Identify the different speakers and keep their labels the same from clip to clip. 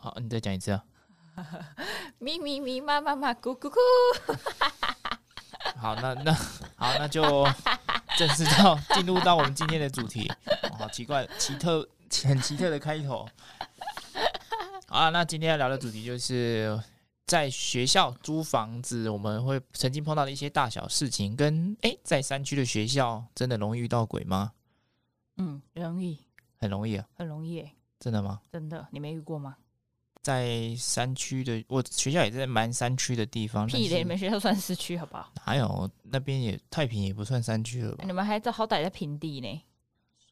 Speaker 1: 好，你再讲一次啊。
Speaker 2: 咪咪咪，妈妈妈，咕咕咕。
Speaker 1: 好，那那 好，那 就正式到进入到我们今天的主题。哦好奇怪，奇特很奇特的开头。好啊，那今天要聊的主题就是在学校租房子，我们会曾经碰到的一些大小事情，跟诶，在山区的学校真的容易遇到鬼吗？
Speaker 2: 嗯，容易，
Speaker 1: 很容易啊，
Speaker 2: 很容易耶，
Speaker 1: 真的吗？
Speaker 2: 真的，你没遇过吗？
Speaker 1: 在山区的，我学校也在蛮山区的地方。
Speaker 2: 屁嘞，你
Speaker 1: 但
Speaker 2: 们
Speaker 1: 是
Speaker 2: 学校算市区好不好？
Speaker 1: 哪有那边也太平也不算山区了吧？
Speaker 2: 你们还在好歹在平地呢，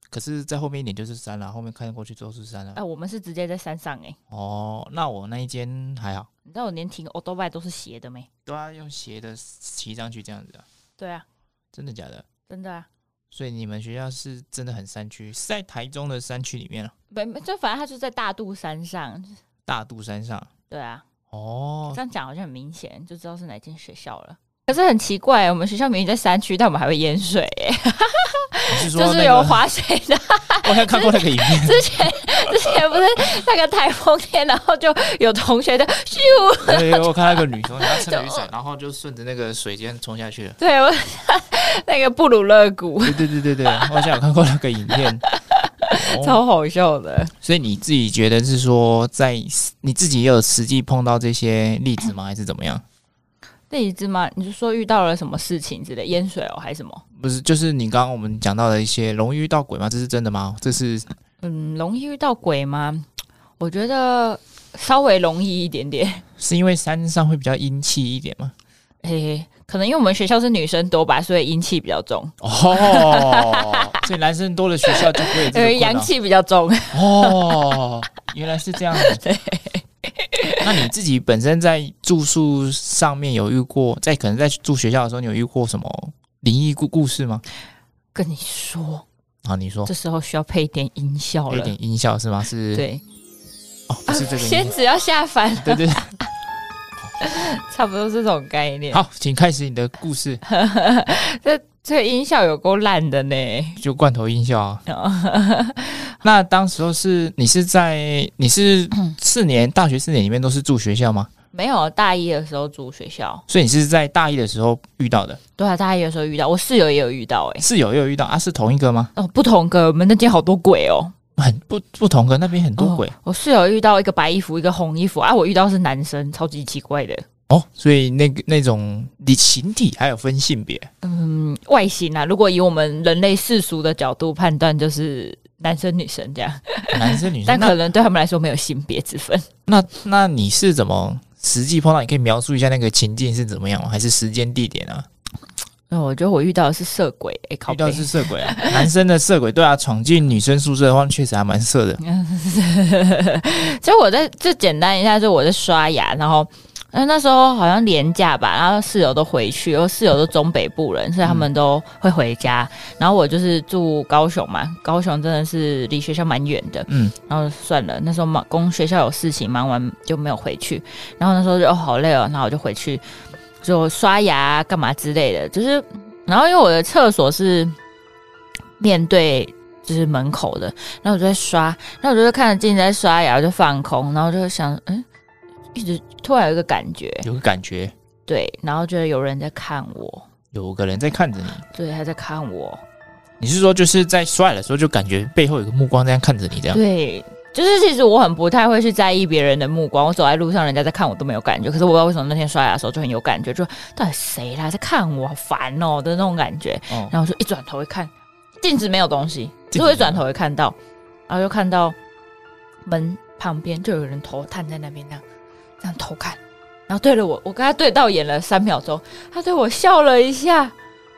Speaker 1: 可是再后面一点就是山了，后面看过去都是山了。
Speaker 2: 哎、我们是直接在山上哎。
Speaker 1: 哦，那我那一间还好。
Speaker 2: 你知道我连停 o d o b i 都是斜的没？
Speaker 1: 对啊，用斜的骑上去这样子啊，
Speaker 2: 对啊，
Speaker 1: 真的假的？
Speaker 2: 真的啊，
Speaker 1: 所以你们学校是真的很山区，是在台中的山区里面啊，
Speaker 2: 没没，就反正它就在大肚山上，
Speaker 1: 大肚山上。
Speaker 2: 对啊，
Speaker 1: 哦，
Speaker 2: 这样讲好像很明显，就知道是哪间学校了。可是很奇怪，我们学校明明在山区，但我们还会淹水，哎
Speaker 1: 你是说、
Speaker 2: 就
Speaker 1: 那
Speaker 2: 是
Speaker 1: 个、
Speaker 2: 有滑水的。
Speaker 1: 我好像看过那个影片，
Speaker 2: 之前之前不是那个台风天，然后就有同学就咻，
Speaker 1: 对，我看到一个女生，她撑着雨伞，然后就顺着那个水这样冲下去了。
Speaker 2: 对我 那个布鲁勒谷，
Speaker 1: 对对对对对，我好像有看过那个影片。 哦
Speaker 2: 超好笑的。
Speaker 1: 所以你自己觉得是说在，你自己也有实际碰到这些例子吗？还是怎么样？
Speaker 2: 那一只吗？你是说遇到了什么事情之类，淹水哦，还是什么？
Speaker 1: 不是，就是你刚刚我们讲到的一些容易遇到鬼吗？这是真的吗？这是
Speaker 2: 嗯，容易遇到鬼吗？我觉得稍微容易一点点。
Speaker 1: 是因为山上会比较阴气一点吗？
Speaker 2: 诶、可能因为我们学校是女生多吧，所以阴气比较重，
Speaker 1: 哦， 所以男生多的学校就不会有
Speaker 2: 呃，
Speaker 1: 这个困
Speaker 2: 阳
Speaker 1: 扰
Speaker 2: 气比较重。
Speaker 1: 哦，原来是这样子。
Speaker 2: 对
Speaker 1: 那你自己本身在住宿上面有遇过，在可能在住学校的时候，你有遇过什么灵异故故事吗？
Speaker 2: 跟你说，
Speaker 1: 啊，你说
Speaker 2: 这时候需要配一点音效
Speaker 1: 有一
Speaker 2: 了。
Speaker 1: 点音效是吗？是，
Speaker 2: 对，
Speaker 1: 哦，不 是这个
Speaker 2: 仙
Speaker 1: 音，
Speaker 2: 子要下凡了，
Speaker 1: 对对。对
Speaker 2: 差不多是这种概念。
Speaker 1: 好，请开始你的故 事，
Speaker 2: 这个音效有够烂的呢。
Speaker 1: 就罐头音效啊。那当时候是你是在你是
Speaker 2: 嗯
Speaker 1: 四年大学四年里面都是住学校吗？
Speaker 2: 没有，大一的时候住学校，
Speaker 1: 所以你是在大一的时候遇到的，
Speaker 2: 对啊，大一的时候遇到，我室友也有遇到、欸，
Speaker 1: 室友也有遇到啊？是同一个吗？
Speaker 2: 哦，不同个，我们那间好多鬼哦。
Speaker 1: 很不不同的，那边很多鬼
Speaker 2: 我室友遇到一个白衣服，一个红衣服啊，我遇到是男生，超级奇怪的。
Speaker 1: 哦所以那个那种你形体还有分性别
Speaker 2: 嗯，外形啊，如果以我们人类世俗的角度判断，就是男生女生这样，
Speaker 1: 男生女生，
Speaker 2: 但
Speaker 1: 那
Speaker 2: 可能对他们来说没有性别之分。
Speaker 1: 那那你是怎么实际碰到？你可以描述一下那个情境是怎么样吗？还是时间地点啊？
Speaker 2: 那、我觉得我遇到的是色鬼，哎、靠
Speaker 1: 遇到
Speaker 2: 背
Speaker 1: 的是色鬼啊，男生的色鬼，对啊，闯进女生宿舍的话，确实还蛮色的。
Speaker 2: 嗯 就我在就简单一下，就我在刷牙，然后呃那那时候好像廉假吧，然后室友都回去，然后室友都中北部人，所以他们都会回家。然后我就是住高雄嘛，高雄真的是离学校蛮远的，
Speaker 1: 嗯，
Speaker 2: 然后算了，那时候忙工学校有事情，忙完就没有回去。然后那时候就哦好累哦，那我就回去就刷牙干嘛之类的，就是然后因为我的厕所是面对就是门口的，然后我就在刷，然后我就看着镜子在刷牙，我就放空，然后就想嗯，一直突然有一个感觉，
Speaker 1: 有个感觉，
Speaker 2: 对，然后觉得有人在看我，
Speaker 1: 有个人在看着你。
Speaker 2: 对，他在看我，
Speaker 1: 你是说就是在摔的时候就感觉背后有个目光这样看着你这样？
Speaker 2: 对，就是其实我很不太会去在意别人的目光，我走在路上，人家在看我都没有感觉。可是我不知道为什么那天刷牙的时候就很有感觉，就到底谁啦在看我，好烦哦的那种感觉。
Speaker 1: 哦，
Speaker 2: 然后我就一转头一看，镜子没有东西，
Speaker 1: 镜子
Speaker 2: 所以我一转头一看到，然后就看到门旁边就有人头探在那边这样这样偷看，然后对了我，我跟他对到眼了三秒钟，他对我笑了一下，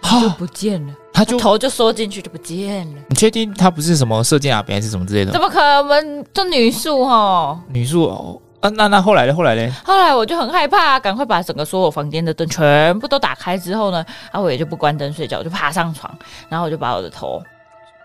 Speaker 2: 就
Speaker 1: 哈，
Speaker 2: 不见了，嗯
Speaker 1: 他
Speaker 2: 就
Speaker 1: 就
Speaker 2: 头就缩进去就不见了。
Speaker 1: 你确定他不是什么射箭阿扁还是什么之类的
Speaker 2: 怎么可能？这女宿哦，
Speaker 1: 女宿？哦，啊，那那后来呢？后来呢？
Speaker 2: 后来我就很害怕，赶快把整个所有房间的灯全部都打开之后呢，啊，我也就不关灯睡觉，我就爬上床，然后我就把我的头，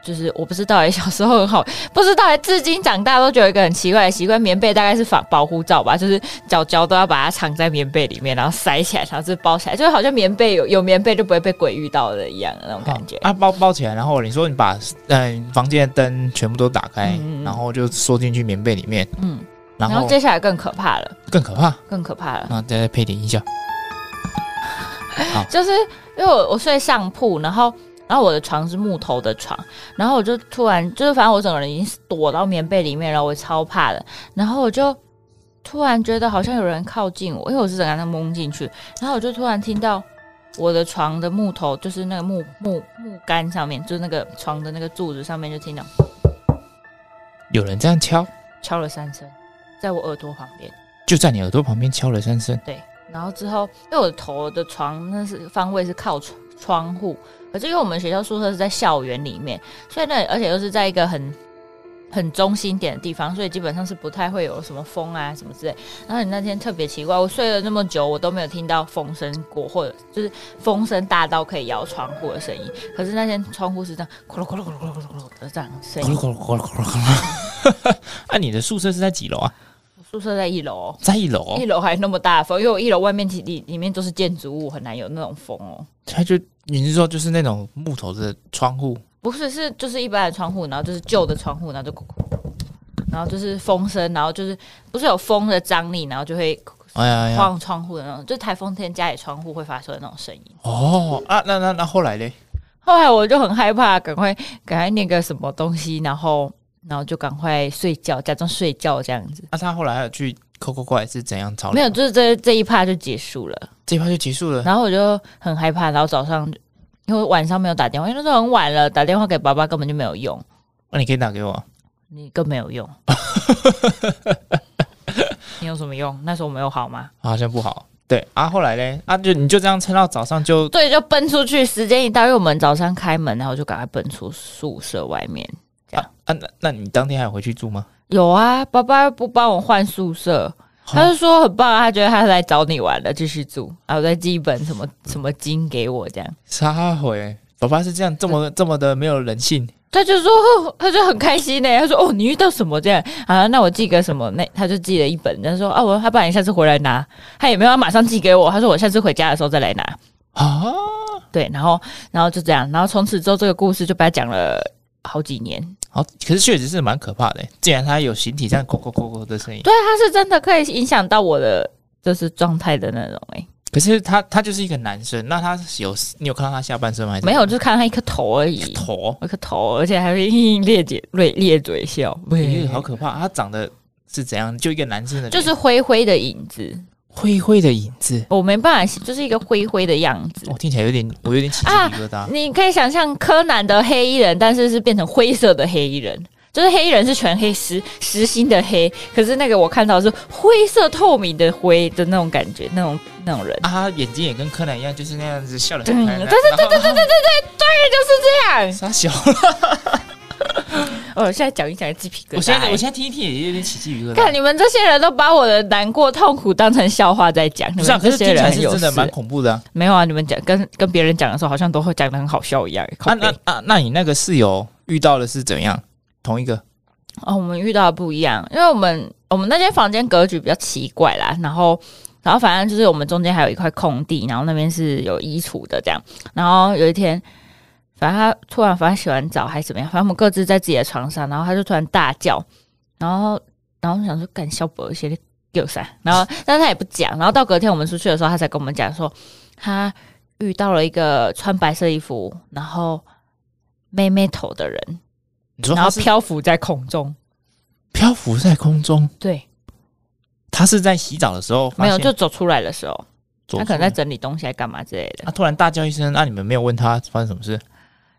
Speaker 2: 就是我不知道哎、小时候很好， 不知道哎、至今长大都觉得有一个很奇怪的习惯，棉被大概是防保护罩吧，就是脚脚都要把它藏在棉被里面，然后塞起来，然后就包起来，就是好像棉被有有棉被就不会被鬼遇到的一样的那种感觉。
Speaker 1: 啊，包包起来，然后你呃说你把嗯、房间的灯全部都打开，
Speaker 2: 嗯嗯嗯
Speaker 1: 然后就缩进去棉被里面，
Speaker 2: 嗯，
Speaker 1: 然
Speaker 2: 然后啊
Speaker 1: 后
Speaker 2: 接下来更可怕了，
Speaker 1: 更可怕，
Speaker 2: 更可怕了，
Speaker 1: 那再配点音效，
Speaker 2: 就是因为我我睡上铺，然后然后我的床是木头的床，然后我就突然就是反正我整个人已经躲到棉被里面，然后我超怕的，然后我就突然觉得好像有人靠近我，因为我是整个人蒙进去，然后我就突然听到。我的床的木头就是那个木木木杆上面，就是那个床的那个柱子上面，就听到
Speaker 1: 有人这样敲，
Speaker 2: 敲了三声，在我耳朵旁边。
Speaker 1: 就在你耳朵旁边敲了三声，
Speaker 2: 对，然后之后，因为我的头的床那是方位是靠窗窗户，可是因为我们学校宿舍是在校园里面，所以那而且又是在一个很很中心点的地方，所以基本上是不太会有什么风啊什么之类。然后你那天特别奇怪，我睡了那么久，我都没有听到风声过，或者就是风声大到可以摇窗户的声音。可是那天窗户是这样，咕噜咕噜咕噜咕噜咕噜咕噜的这样声
Speaker 1: 咕噜
Speaker 2: 音。
Speaker 1: 咕噜咕噜咕噜咕噜。 啊，你的宿舍是在几楼啊？
Speaker 2: 宿舍在一楼哦、
Speaker 1: 在一楼哦、
Speaker 2: 一楼还那么大的风，因为我一楼外面其里里面都是建筑物，很难有那种风哦、
Speaker 1: 他就你是说就是那种木头的窗户，
Speaker 2: 不是，是就是一般的窗户，然后就是旧的窗户，然后就咕咕，然后就是风声，然后就是不是有风的张力，然后就会
Speaker 1: 哎呀哎呀，
Speaker 2: 晃窗户的那种，就台风天家里窗户会发出的那种声音。
Speaker 1: 哦啊，那那那后来嘞？
Speaker 2: 后来我就很害怕，赶快赶快那个什么东西，然后然后就赶快睡觉，假装睡觉这样子。
Speaker 1: 那、啊他后来还有去扣扣怪是怎样吵？
Speaker 2: 没有，，就是这这一趴就结束了。
Speaker 1: 这一趴就结束了。
Speaker 2: 然后我就很害怕，然后早上因为晚上没有打电话，因为那时候很晚了，打电话给爸爸根本就没有用，
Speaker 1: 那、你可以打给我，
Speaker 2: 你更没有用。你有什么用？那时候我们有好吗？
Speaker 1: 好像不好。对啊，后来嘞啊，就你就这样撑到早上就
Speaker 2: 对，就奔出去。时间一到，因为我们早上开门，然后就赶快奔出宿舍外面。
Speaker 1: 啊啊，那那你当天还有回去住吗？
Speaker 2: 有啊，爸爸又不帮我换宿舍，他就说很棒啊，他觉得他来找你玩了，继续住。然后再寄一本什么什么经给我这样。
Speaker 1: 撒回，爸爸是这样这
Speaker 2: 嗯
Speaker 1: 么这么的没有人性。
Speaker 2: 他就说，哦他就很开心呢、他说：“哦，你遇到什么这样啊？那我寄个什么？那他就寄了一本。他说：啊，我他爸，你下次回来拿。他也没有要马上寄给我，他说我下次回家的时候再来拿。
Speaker 1: 啊，
Speaker 2: 对，然后然后就这样，然后从此之后这个故事就被他讲了好几年。
Speaker 1: 好，可是确实是蛮可怕的。既然它有形体这样扣扣扣扣的声音，
Speaker 2: 对，他是真的可以影响到我的就是状态的那种、欸。哎，
Speaker 1: 可是他他就是一个男生，那他有你有看到他下半身吗？还是
Speaker 2: 没有，就是看他一颗头而已，
Speaker 1: 头，
Speaker 2: 一颗头，而且还会嘤嘤咧嘴咧咧嘴笑，
Speaker 1: 喂、哎好可怕！他长得是怎样？就一个男生的脸，
Speaker 2: 就是灰灰的影子，
Speaker 1: 灰灰的影子。
Speaker 2: 我没办法形，就是一个灰灰的样子
Speaker 1: 我、。听起来有
Speaker 2: 嗯
Speaker 1: 点，我有点起鸡皮疙瘩。
Speaker 2: 你可以想象柯南的黑衣人，但是是变成灰色的黑衣人，就是黑衣人是全黑实实心的黑，可是那个我看到的是灰色透明的灰的那种感觉，那种那种人，
Speaker 1: 啊，他眼睛也跟柯南一样，就是那样子笑得
Speaker 2: 对
Speaker 1: 很
Speaker 2: 对
Speaker 1: 开
Speaker 2: 对
Speaker 1: 朗。
Speaker 2: 对对对对对对，就是这
Speaker 1: 傻
Speaker 2: 样。
Speaker 1: 小，
Speaker 2: 哦，现在讲一讲鸡皮疙瘩。哎
Speaker 1: 我现在我现在听一听也有点起鸡皮疙
Speaker 2: 看
Speaker 1: 瘩。
Speaker 2: 你们这些人都把我的难过、痛苦当成笑话在讲，你
Speaker 1: 不是、啊，
Speaker 2: 们
Speaker 1: 可
Speaker 2: 这
Speaker 1: 是听
Speaker 2: 些
Speaker 1: 起
Speaker 2: 人
Speaker 1: 来
Speaker 2: 很
Speaker 1: 是
Speaker 2: 有
Speaker 1: 真的蛮
Speaker 2: 事。
Speaker 1: 恐怖的啊。
Speaker 2: 没有啊，你们讲跟跟别人讲的时候，好像都会讲的很好笑一样。靠
Speaker 1: 啊
Speaker 2: 北
Speaker 1: 那啊，那你那个室友遇到的是怎样？同一个
Speaker 2: 哦，我们遇到的不一样，因为我们我们那间房间格局比较奇怪啦，然后然后反正就是我们中间还有一块空地，然后那边是有衣橱的这样，然后有一天。反正他突然，反正洗完澡还是怎么样，反正我们各自在自己的床上，然后他就突然大叫，然后，然后我想说干小博一些有啥，然后但是他也不讲，然后到隔天我们出去的时候，他才跟我们讲说他遇到了一个穿白色衣服，然后妹妹头的人，
Speaker 1: 你说
Speaker 2: 然
Speaker 1: 哦他
Speaker 2: 后
Speaker 1: 是
Speaker 2: 漂浮在空中，
Speaker 1: 漂浮在空中，
Speaker 2: 对，
Speaker 1: 他是在洗澡的时候发
Speaker 2: 没有，
Speaker 1: 现
Speaker 2: 就走出来的时候，
Speaker 1: 走
Speaker 2: 他
Speaker 1: 出
Speaker 2: 可
Speaker 1: 来
Speaker 2: 能在整理东西，还干嘛之类的。
Speaker 1: 啊突然大叫一声，那、你们没有问他发生什么事？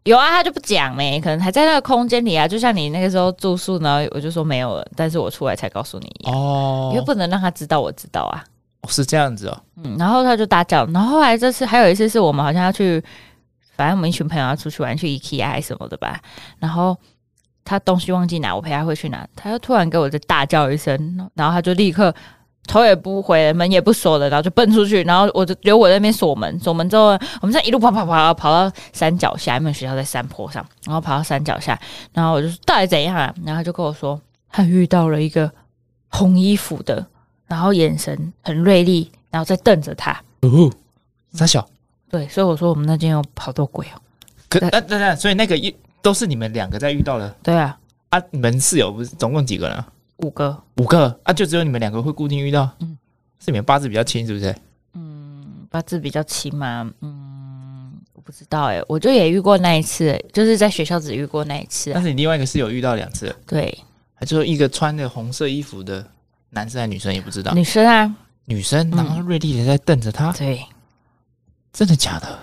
Speaker 2: 有啊，他就不讲没、可能还在那个空间里啊。就像你那个时候住宿呢，我就说没有了，但是我出来才告诉你一样，
Speaker 1: 哦
Speaker 2: 因为不能让他知道我知道啊。
Speaker 1: 是这样子哦，
Speaker 2: 嗯，然后他就大叫，然后后来这次还有一次是我们好像要去，反正我们一群朋友要出去玩，去 IKEA 还是什么的吧。然后他东西忘记拿，我陪他回去拿，他就突然给我就大叫一声，然后他就立刻头也不回，门也不锁的，然后就奔出去，然后我就留我在那边锁门，锁门之后，我们在一路跑跑跑跑到山脚下，因为我们学校在山坡上，然后跑到山脚下，然后我就说到底怎样啊？然后他就跟我说，他遇到了一个红衣服的，然后眼神很锐利，然后在瞪着他。
Speaker 1: 哦，傻小，
Speaker 2: 对，所以我说我们那间有好多鬼哦。
Speaker 1: 可
Speaker 2: 对
Speaker 1: 那那那，所以那个一都是你们两个在遇到的
Speaker 2: 对啊，
Speaker 1: 啊？你们室友不是总共几个人啊？
Speaker 2: 五个，
Speaker 1: 五个啊，就只有你们两个会固定遇到。
Speaker 2: 嗯
Speaker 1: 是你们八字比较轻，是不是？
Speaker 2: 嗯，八字比较轻嘛，嗯，我不知道哎、我就也遇过那一次、就是在学校只遇过那一次、啊
Speaker 1: 但是你另外一个室友遇到两次，
Speaker 2: 对，
Speaker 1: 还就一个穿着红色衣服的男生还是女生也不知道，
Speaker 2: 女生啊，
Speaker 1: 女生，然后锐利的在瞪着他，
Speaker 2: 对，
Speaker 1: 真的假的？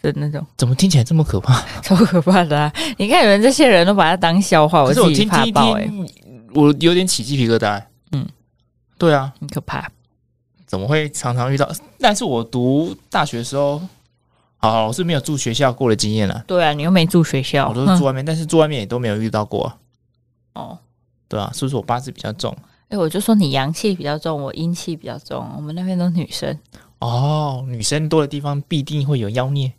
Speaker 2: 的那种
Speaker 1: 怎么听起来这么可怕？
Speaker 2: 超可怕的、啊。你看你们这些人都把它当笑话，
Speaker 1: 可是
Speaker 2: 自
Speaker 1: 我
Speaker 2: 己
Speaker 1: 听
Speaker 2: 怕
Speaker 1: 听一
Speaker 2: 爆哎、
Speaker 1: 听，我有点起鸡皮疙瘩、欸
Speaker 2: 嗯，
Speaker 1: 对啊，
Speaker 2: 很可怕。
Speaker 1: 怎么会常常遇到？但是我读大学的时候，好好我是没有住学校过的经验了，
Speaker 2: 对啊，你又没住学校，
Speaker 1: 我都是
Speaker 2: 哼
Speaker 1: 住外面，但是住外面也都没有遇到过、啊，
Speaker 2: 哦。
Speaker 1: 对啊，是不是我八字比较重？
Speaker 2: 哎、我就说你阳气比较重，我阴气比较重。我们那边都女生，
Speaker 1: 哦，女生多的地方必定会有妖孽。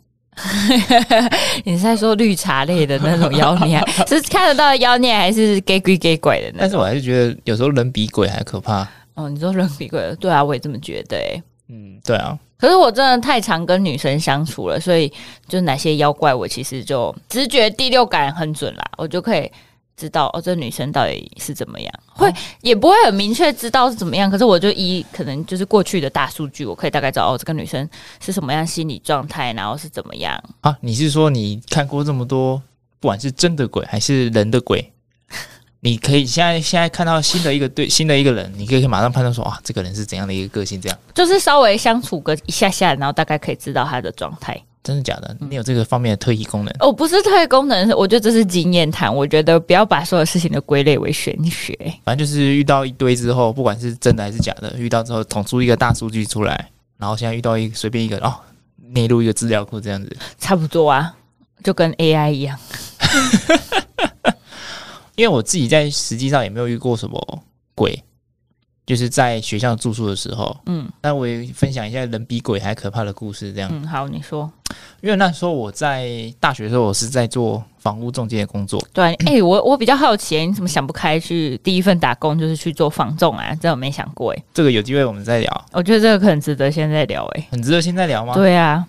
Speaker 2: 你是在说绿茶类的那种妖 孽啊，是看得到的妖孽，还是 gay 鬼 gay 鬼的那
Speaker 1: 但
Speaker 2: 种？
Speaker 1: 是我还是觉得有时候人比鬼还可怕。
Speaker 2: 哦，你说人比鬼的，对啊，我也这么觉得、欸。
Speaker 1: 嗯，对啊，
Speaker 2: 可是我真的太常跟女生相处了，所以就哪些妖怪，我其实就直觉第六感很准啦，我就可以知道哦，这女生到底是怎么样，会、也不会很明确知道是怎么样。可是我就依可能就是过去的大数据，我可以大概知道哦，这个女生是什么样心理状态，然后是怎么样。
Speaker 1: 啊，你是说你看过这么多，不管是真的鬼还是人的鬼，你可以现在现在看到新的一个对新的一个人，你可以马上判断说啊，这个人是怎样的一个个性，这样
Speaker 2: 就是稍微相处个一下下，然后大概可以知道她的状态。
Speaker 1: 真的假的？你有这个方面的特异功能？
Speaker 2: 哦，不是特异功能，我觉得这是经验谈。我觉得不要把所有事情都归类为玄学。
Speaker 1: 反正就是遇到一堆之后，不管是真的还是假的，遇到之后统出一个大数据出来，然后现在遇到一个随便一个哦，内入一个资料库这样子。
Speaker 2: 差不多啊，就跟 AI 一样。
Speaker 1: 因为我自己在实际上也没有遇过什么鬼，就是在学校住宿的时候，
Speaker 2: 嗯
Speaker 1: 那我也分享一下人比鬼还可怕的故事，这样。
Speaker 2: 嗯，好，你说
Speaker 1: 因为那时候我在大学的时候，我是在做房屋中介的工作，
Speaker 2: 对啊、哎、我我比较好奇，欸你怎么想不开去第一份打工就是去做房仲啊？这我没想过哎，
Speaker 1: 这个有机会我们再聊，
Speaker 2: 我觉得这个可能值得现在聊哎。
Speaker 1: 很值得现在聊吗？
Speaker 2: 对啊，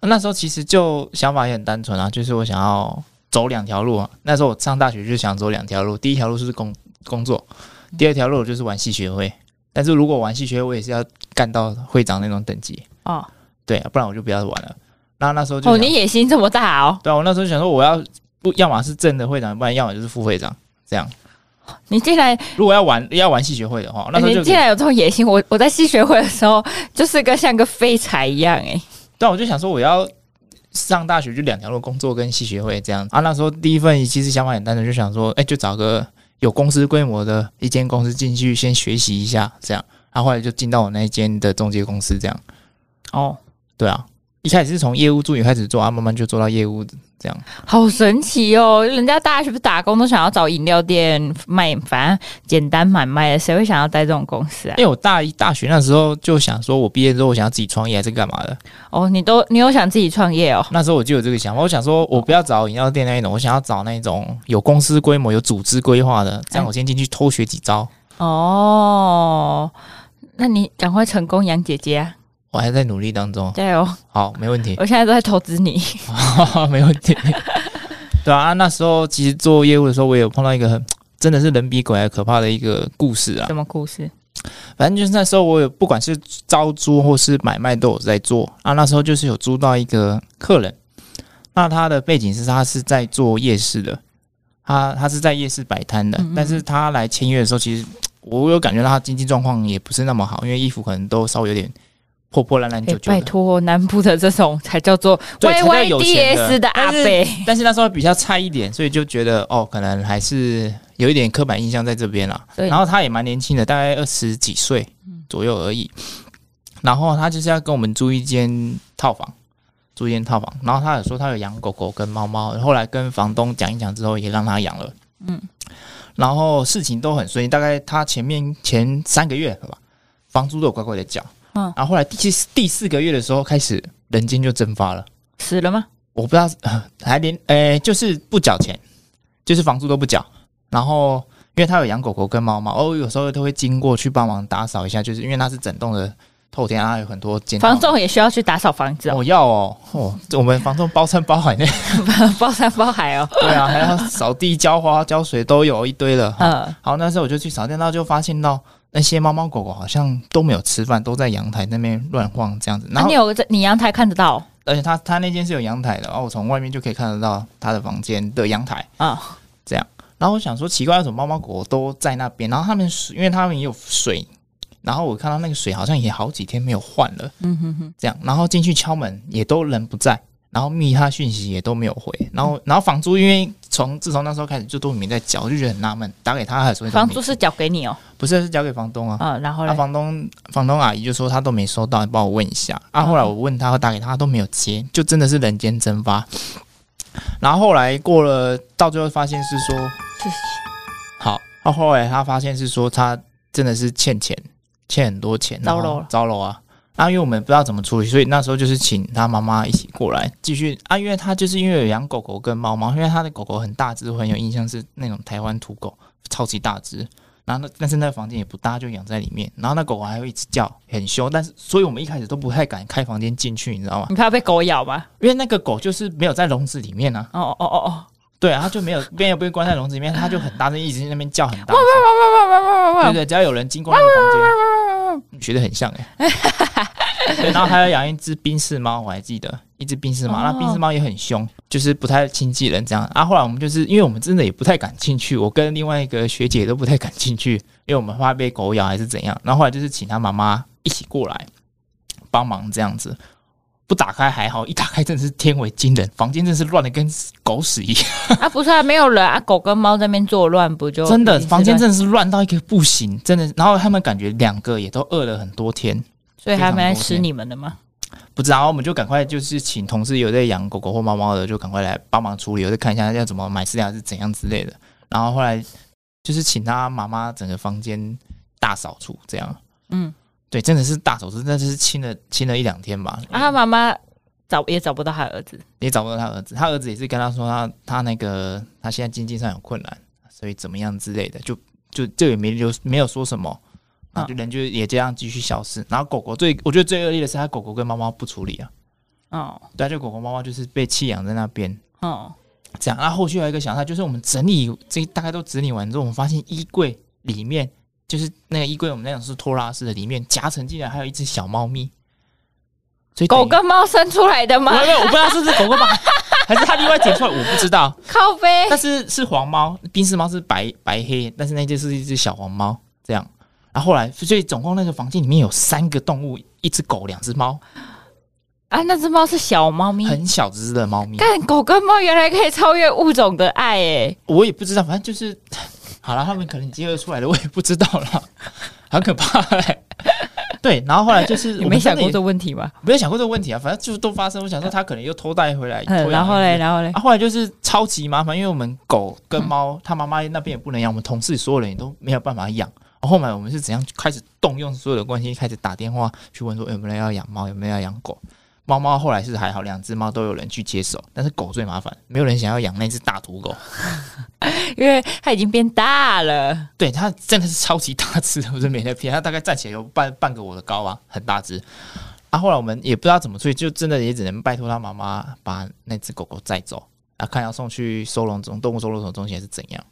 Speaker 1: 那时候其实就想法也很单纯啊，就是我想要走两条路啊。那时候我上大学就想走两条路，第一条路是工工作，
Speaker 2: 嗯
Speaker 1: 第二条路就是玩系学会。但是如果玩系学会，我也是要干到会长那种等级，
Speaker 2: 哦
Speaker 1: 对啊，不然我就不要玩了。那那时候就
Speaker 2: 哦，
Speaker 1: 想
Speaker 2: 你野心这么大哦，
Speaker 1: 对啊，我那时候就想说我要不要么是正的会长，不然要么就是副会长这样。
Speaker 2: 你竟然
Speaker 1: 如果要玩要玩系学会的话，哦那时候就给
Speaker 2: 你竟然有这种野心！我我在系学会的时候就是跟像个废柴一样哎。
Speaker 1: 但啊我就想说，我要上大学就两条路，工作跟系学会这样啊。那时候第一份其实想法很单纯，就想说，哎、就找个有公司规模的一间公司进去先学习一下，这样。啊，后来就进到我那一间的中介公司，这样。
Speaker 2: 哦，
Speaker 1: 对啊，一开始是从业务助理开始做，啊，慢慢就做到业务这样。
Speaker 2: 好神奇哦！人家大学不是打工都想要找饮料店卖，反正简单买卖的，谁会想要待这种公司啊？
Speaker 1: 因为我大一大学那时候就想说，我毕业之后我想要自己创业还是干嘛的。
Speaker 2: 哦，你都你有想自己创业哦？
Speaker 1: 那时候我就有这个想法，我想说我不要找饮料店那一种，我想要找那种有公司规模、有组织规划的，这样我先进去偷学几招。
Speaker 2: 哦，那你赶快成功，杨姐姐、啊，
Speaker 1: 我还在努力当中。
Speaker 2: 加油！
Speaker 1: 好，没问 题，
Speaker 2: 我现在都在投 资你。
Speaker 1: 没问题。对啊，那时候其实做业务的时候，我也有碰到一个很真的是人比鬼还可怕的一个故事啊。
Speaker 2: 什么故事？
Speaker 1: 反正就是那时候我有不管是招租或是买卖都有在做啊。那时候就是有租到一个客人，那他的背景是他是在做夜市的，他他是在夜市摆摊的，
Speaker 2: 嗯嗯
Speaker 1: 但是他来签约的时候，其实我有感觉到他经济状况也不是那么好，因为衣服可能都稍微有点破破烂烂
Speaker 2: 哎、
Speaker 1: 旧旧的。
Speaker 2: 拜托，南部的这种才叫做
Speaker 1: 对才叫有钱
Speaker 2: YYDS 的阿
Speaker 1: 但是
Speaker 2: 贝。
Speaker 1: 但是那时候比较菜一点，所以就觉得哦，可能还是有一点刻板印象在这边啦。
Speaker 2: 对嗯
Speaker 1: 然后他也蛮年轻的，大概二十几岁左右而已。然后他就是要跟我们租一间套房，租一间套房。然后他有说他有养狗狗跟猫猫，后来跟房东讲一讲之后，也让他养了。
Speaker 2: 嗯，
Speaker 1: 然后事情都很顺利，大概他前面前三个月吧，房租都有乖乖的缴。
Speaker 2: 嗯
Speaker 1: 然后后来第四第四个月的时候开始，人间就蒸发了。
Speaker 2: 死了吗？
Speaker 1: 我不知道，呃还连呃，就是不缴钱，就是房租都不缴。然后，因为他有养狗狗跟猫猫，哦，有时候都会经过去帮忙打扫一下，就是因为他是整栋的透天啊有很多间
Speaker 2: 房仲也需要去打扫房子哦，
Speaker 1: 我要哦，哦，这我们房仲包山包海呢，
Speaker 2: 包山包 海哦。
Speaker 1: 对啊，还要扫地、浇花、浇水都有一堆了。
Speaker 2: 嗯，
Speaker 1: 好，那时候我就去扫店，然后就发现到那些猫猫狗狗好像都没有吃饭，都在阳台那边乱晃这样子。然
Speaker 2: 那
Speaker 1: 后
Speaker 2: 啊你，有在你阳台看得到
Speaker 1: 而且它它那间是有阳台的，然哦后我从外面就可以看得到它的房间的阳台。
Speaker 2: 啊？
Speaker 1: 然后我想说，奇怪，为什么猫猫狗狗都在那边？然后它们水，因为它们也有水，然后我看到那个水好像也好几天没有换了，
Speaker 2: 嗯哼哼，
Speaker 1: 这样，然后进去敲门也都人不在，然后密他讯息也都没有回，然
Speaker 2: 嗯
Speaker 1: 后然后房租因为从自从那时候开始就都没在缴，我就觉得很纳闷，打给他还是会
Speaker 2: 房租是缴给你哦。
Speaker 1: 不是是交给房东啊。
Speaker 2: 嗯，然后
Speaker 1: 那、
Speaker 2: 呢？
Speaker 1: 房东房东阿姨就说她都没收到，你帮我问一下。啊，
Speaker 2: 嗯
Speaker 1: 后来我问她，打给她都没有接，就真的是人间蒸发。然后后来过了，到最后发现是说，
Speaker 2: 是
Speaker 1: 好，到后来他发现是说他真的是欠钱，欠很多钱，然后
Speaker 2: 糟了
Speaker 1: 糟了啊！啊，因为我们不知道怎么处理，所以那时候就是请他妈妈一起过来继续啊，因为他就是因为有养狗狗跟猫猫，因为他的狗狗很大只，我很有印象是那种台湾土狗，超级大只。然后那但是那个房间也不大，就养在里面。然后那狗狗还会一直叫，很凶。但是所以我们一开始都不太敢开房间进去，你知道吗？
Speaker 2: 你怕被狗咬吗？
Speaker 1: 因为那个狗就是没有在笼子里面啊，
Speaker 2: 哦哦哦哦，
Speaker 1: 对啊，它就没有没有被关在笼子里面，它就很大声一直在那边叫很大声。对对，只要有人经过那个房间，学的很像哎、对，然后还有养一只冰室猫，我还记得一只冰室猫，那
Speaker 2: 哦
Speaker 1: 冰室猫也很凶，就是不太亲近人这样。啊，后来我们就是因为我们真的也不太敢进去，我跟另外一个学姐都不太敢进去，因为我们怕被狗咬还是怎样。然后后来就是请她妈妈一起过来帮忙这样子。不打开还好，一打开真的是天为惊人，房间真的是乱的跟狗屎一样。
Speaker 2: 啊，不是啊，没有人啊，狗跟猫在那边作乱，不就
Speaker 1: 真的
Speaker 2: 一直
Speaker 1: 房间
Speaker 2: 乱
Speaker 1: 真的是乱到一个不行，真的。然后他们感觉两个也都饿了很多天，
Speaker 2: 所以他们
Speaker 1: 非常
Speaker 2: 在
Speaker 1: 多
Speaker 2: 吃
Speaker 1: 天
Speaker 2: 你们的吗？
Speaker 1: 不知道我们就赶快就是请同事有在养狗狗或猫猫的，就赶快来帮忙处理，我就看一下要怎么买饲料还是怎样之类的。然后后来就是请他妈妈整个房间大扫除，这样
Speaker 2: 嗯，
Speaker 1: 对，真的是大扫除，那就是清了清了一两天吧。
Speaker 2: 啊，他妈妈找也找不到他儿子，
Speaker 1: 也找不到他儿子，他儿子也是跟他说他他那个他现在经济上有困难，所以怎么样之类的，就就就也没留没有说什么，然后就人就也这样继续消失。然后狗狗最我觉得最恶劣的是他狗狗跟猫猫不处理啊，
Speaker 2: 哦
Speaker 1: 对啊，就狗狗猫猫就是被弃养在那边。
Speaker 2: 哦，
Speaker 1: 这样，那后续还有一个小事，就是我们整理这大概都整理完之后，我们发现衣柜里面就是那个衣柜，我们那种是拖拉式的，里面夹层竟然还有一只小猫咪，所以等于
Speaker 2: 狗跟猫生出来的吗
Speaker 1: 没？有没有，我不知道是不是狗狗吧，还是它另外捡出来，我不知道。
Speaker 2: 靠背
Speaker 1: 但是是黄猫，冰丝猫是白白黑，但是那只是一只小黄猫这样。然后后来，所以总共那个房间里面有三个动物，一只狗，两只猫，
Speaker 2: 啊，那只猫是小猫咪。
Speaker 1: 很小只的猫咪。
Speaker 2: 干狗跟猫原来可以超越物种的爱欸诶、
Speaker 1: 我也不知道，反正就是好了，他们可能结合出来的，我也不知道 了，很可怕、 欸。对，然后后来就是
Speaker 2: 你
Speaker 1: 我
Speaker 2: 没
Speaker 1: 们
Speaker 2: 想
Speaker 1: 真的
Speaker 2: 过
Speaker 1: 也
Speaker 2: 这个问题吗？
Speaker 1: 没有想过这个问题啊，反正就是都发生。我想说他可能又偷带回来，
Speaker 2: 嗯，
Speaker 1: 偷养
Speaker 2: 然后
Speaker 1: 回来
Speaker 2: 嘞，然后嘞，
Speaker 1: 啊，后来就是超级麻烦，因为我们狗跟猫，他妈妈那边也不能养，我们同事所有人也都没有办法养。然后后来我们是怎样开始动用所有的关系，开始打电话去问说有没有人要养猫，有没有要养狗。猫猫后来是还好，两只猫都有人去接手，但是狗最麻烦，没有人想要养那只大土狗。
Speaker 2: 因为它已经变大了，
Speaker 1: 对，它真的是超级大只， 我真没在骗，它大概站起来有半半个我的高啊，很大只。啊，后来我们也不知道怎么处理，就真的也只能拜托他妈妈把那只狗狗载走，啊，看要送去收容中动物收容中心还是怎样。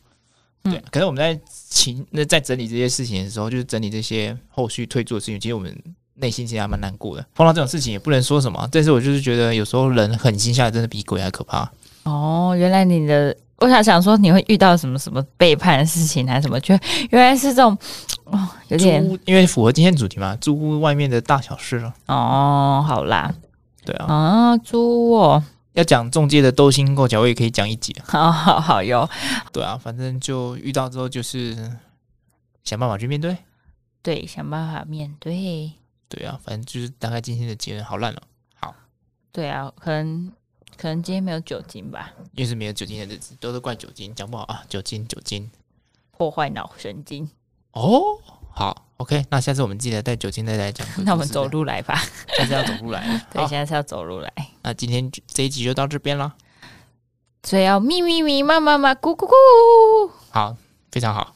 Speaker 1: 对，可是我们在情那在整理这些事情的时候，就是整理这些后续退出的事情，其实我们内心其实还蛮难过的。碰到这种事情也不能说什么，但是我就是觉得有时候人狠心下来真的比鬼还可怕。
Speaker 2: 哦，原来你的，我想想说你会遇到什么什么背叛的事情还是什么，就原来是这种，哦，有
Speaker 1: 租
Speaker 2: 点
Speaker 1: 屋因为符合今天主题嘛，租屋外面的大小事了。
Speaker 2: 哦，好啦，
Speaker 1: 对啊，
Speaker 2: 啊，猪哦，
Speaker 1: 要讲中介的勾心斗角，我也可以讲一集啊。
Speaker 2: 好好好哟，
Speaker 1: 对啊，反正就遇到之后就是想办法去面对。
Speaker 2: 对，想办法面对，
Speaker 1: 对啊，反正就是大概今天的结论好烂了、
Speaker 2: 对啊，可能可能今天没有酒精吧，
Speaker 1: 因为是没有酒精的日子，都是怪酒精，讲不好啊，酒精酒精。
Speaker 2: 破坏脑神经，
Speaker 1: 哦，好，OK，那下次我们记得带酒精袋来讲。
Speaker 2: 那我们走，路来吧，
Speaker 1: 下次要走路来了。
Speaker 2: 对，
Speaker 1: 好
Speaker 2: 现在是要走路来。
Speaker 1: 那今天就这一集就到这边了。
Speaker 2: 所以要咪咪咪，妈妈妈，咕咕咕。
Speaker 1: 好，非常好。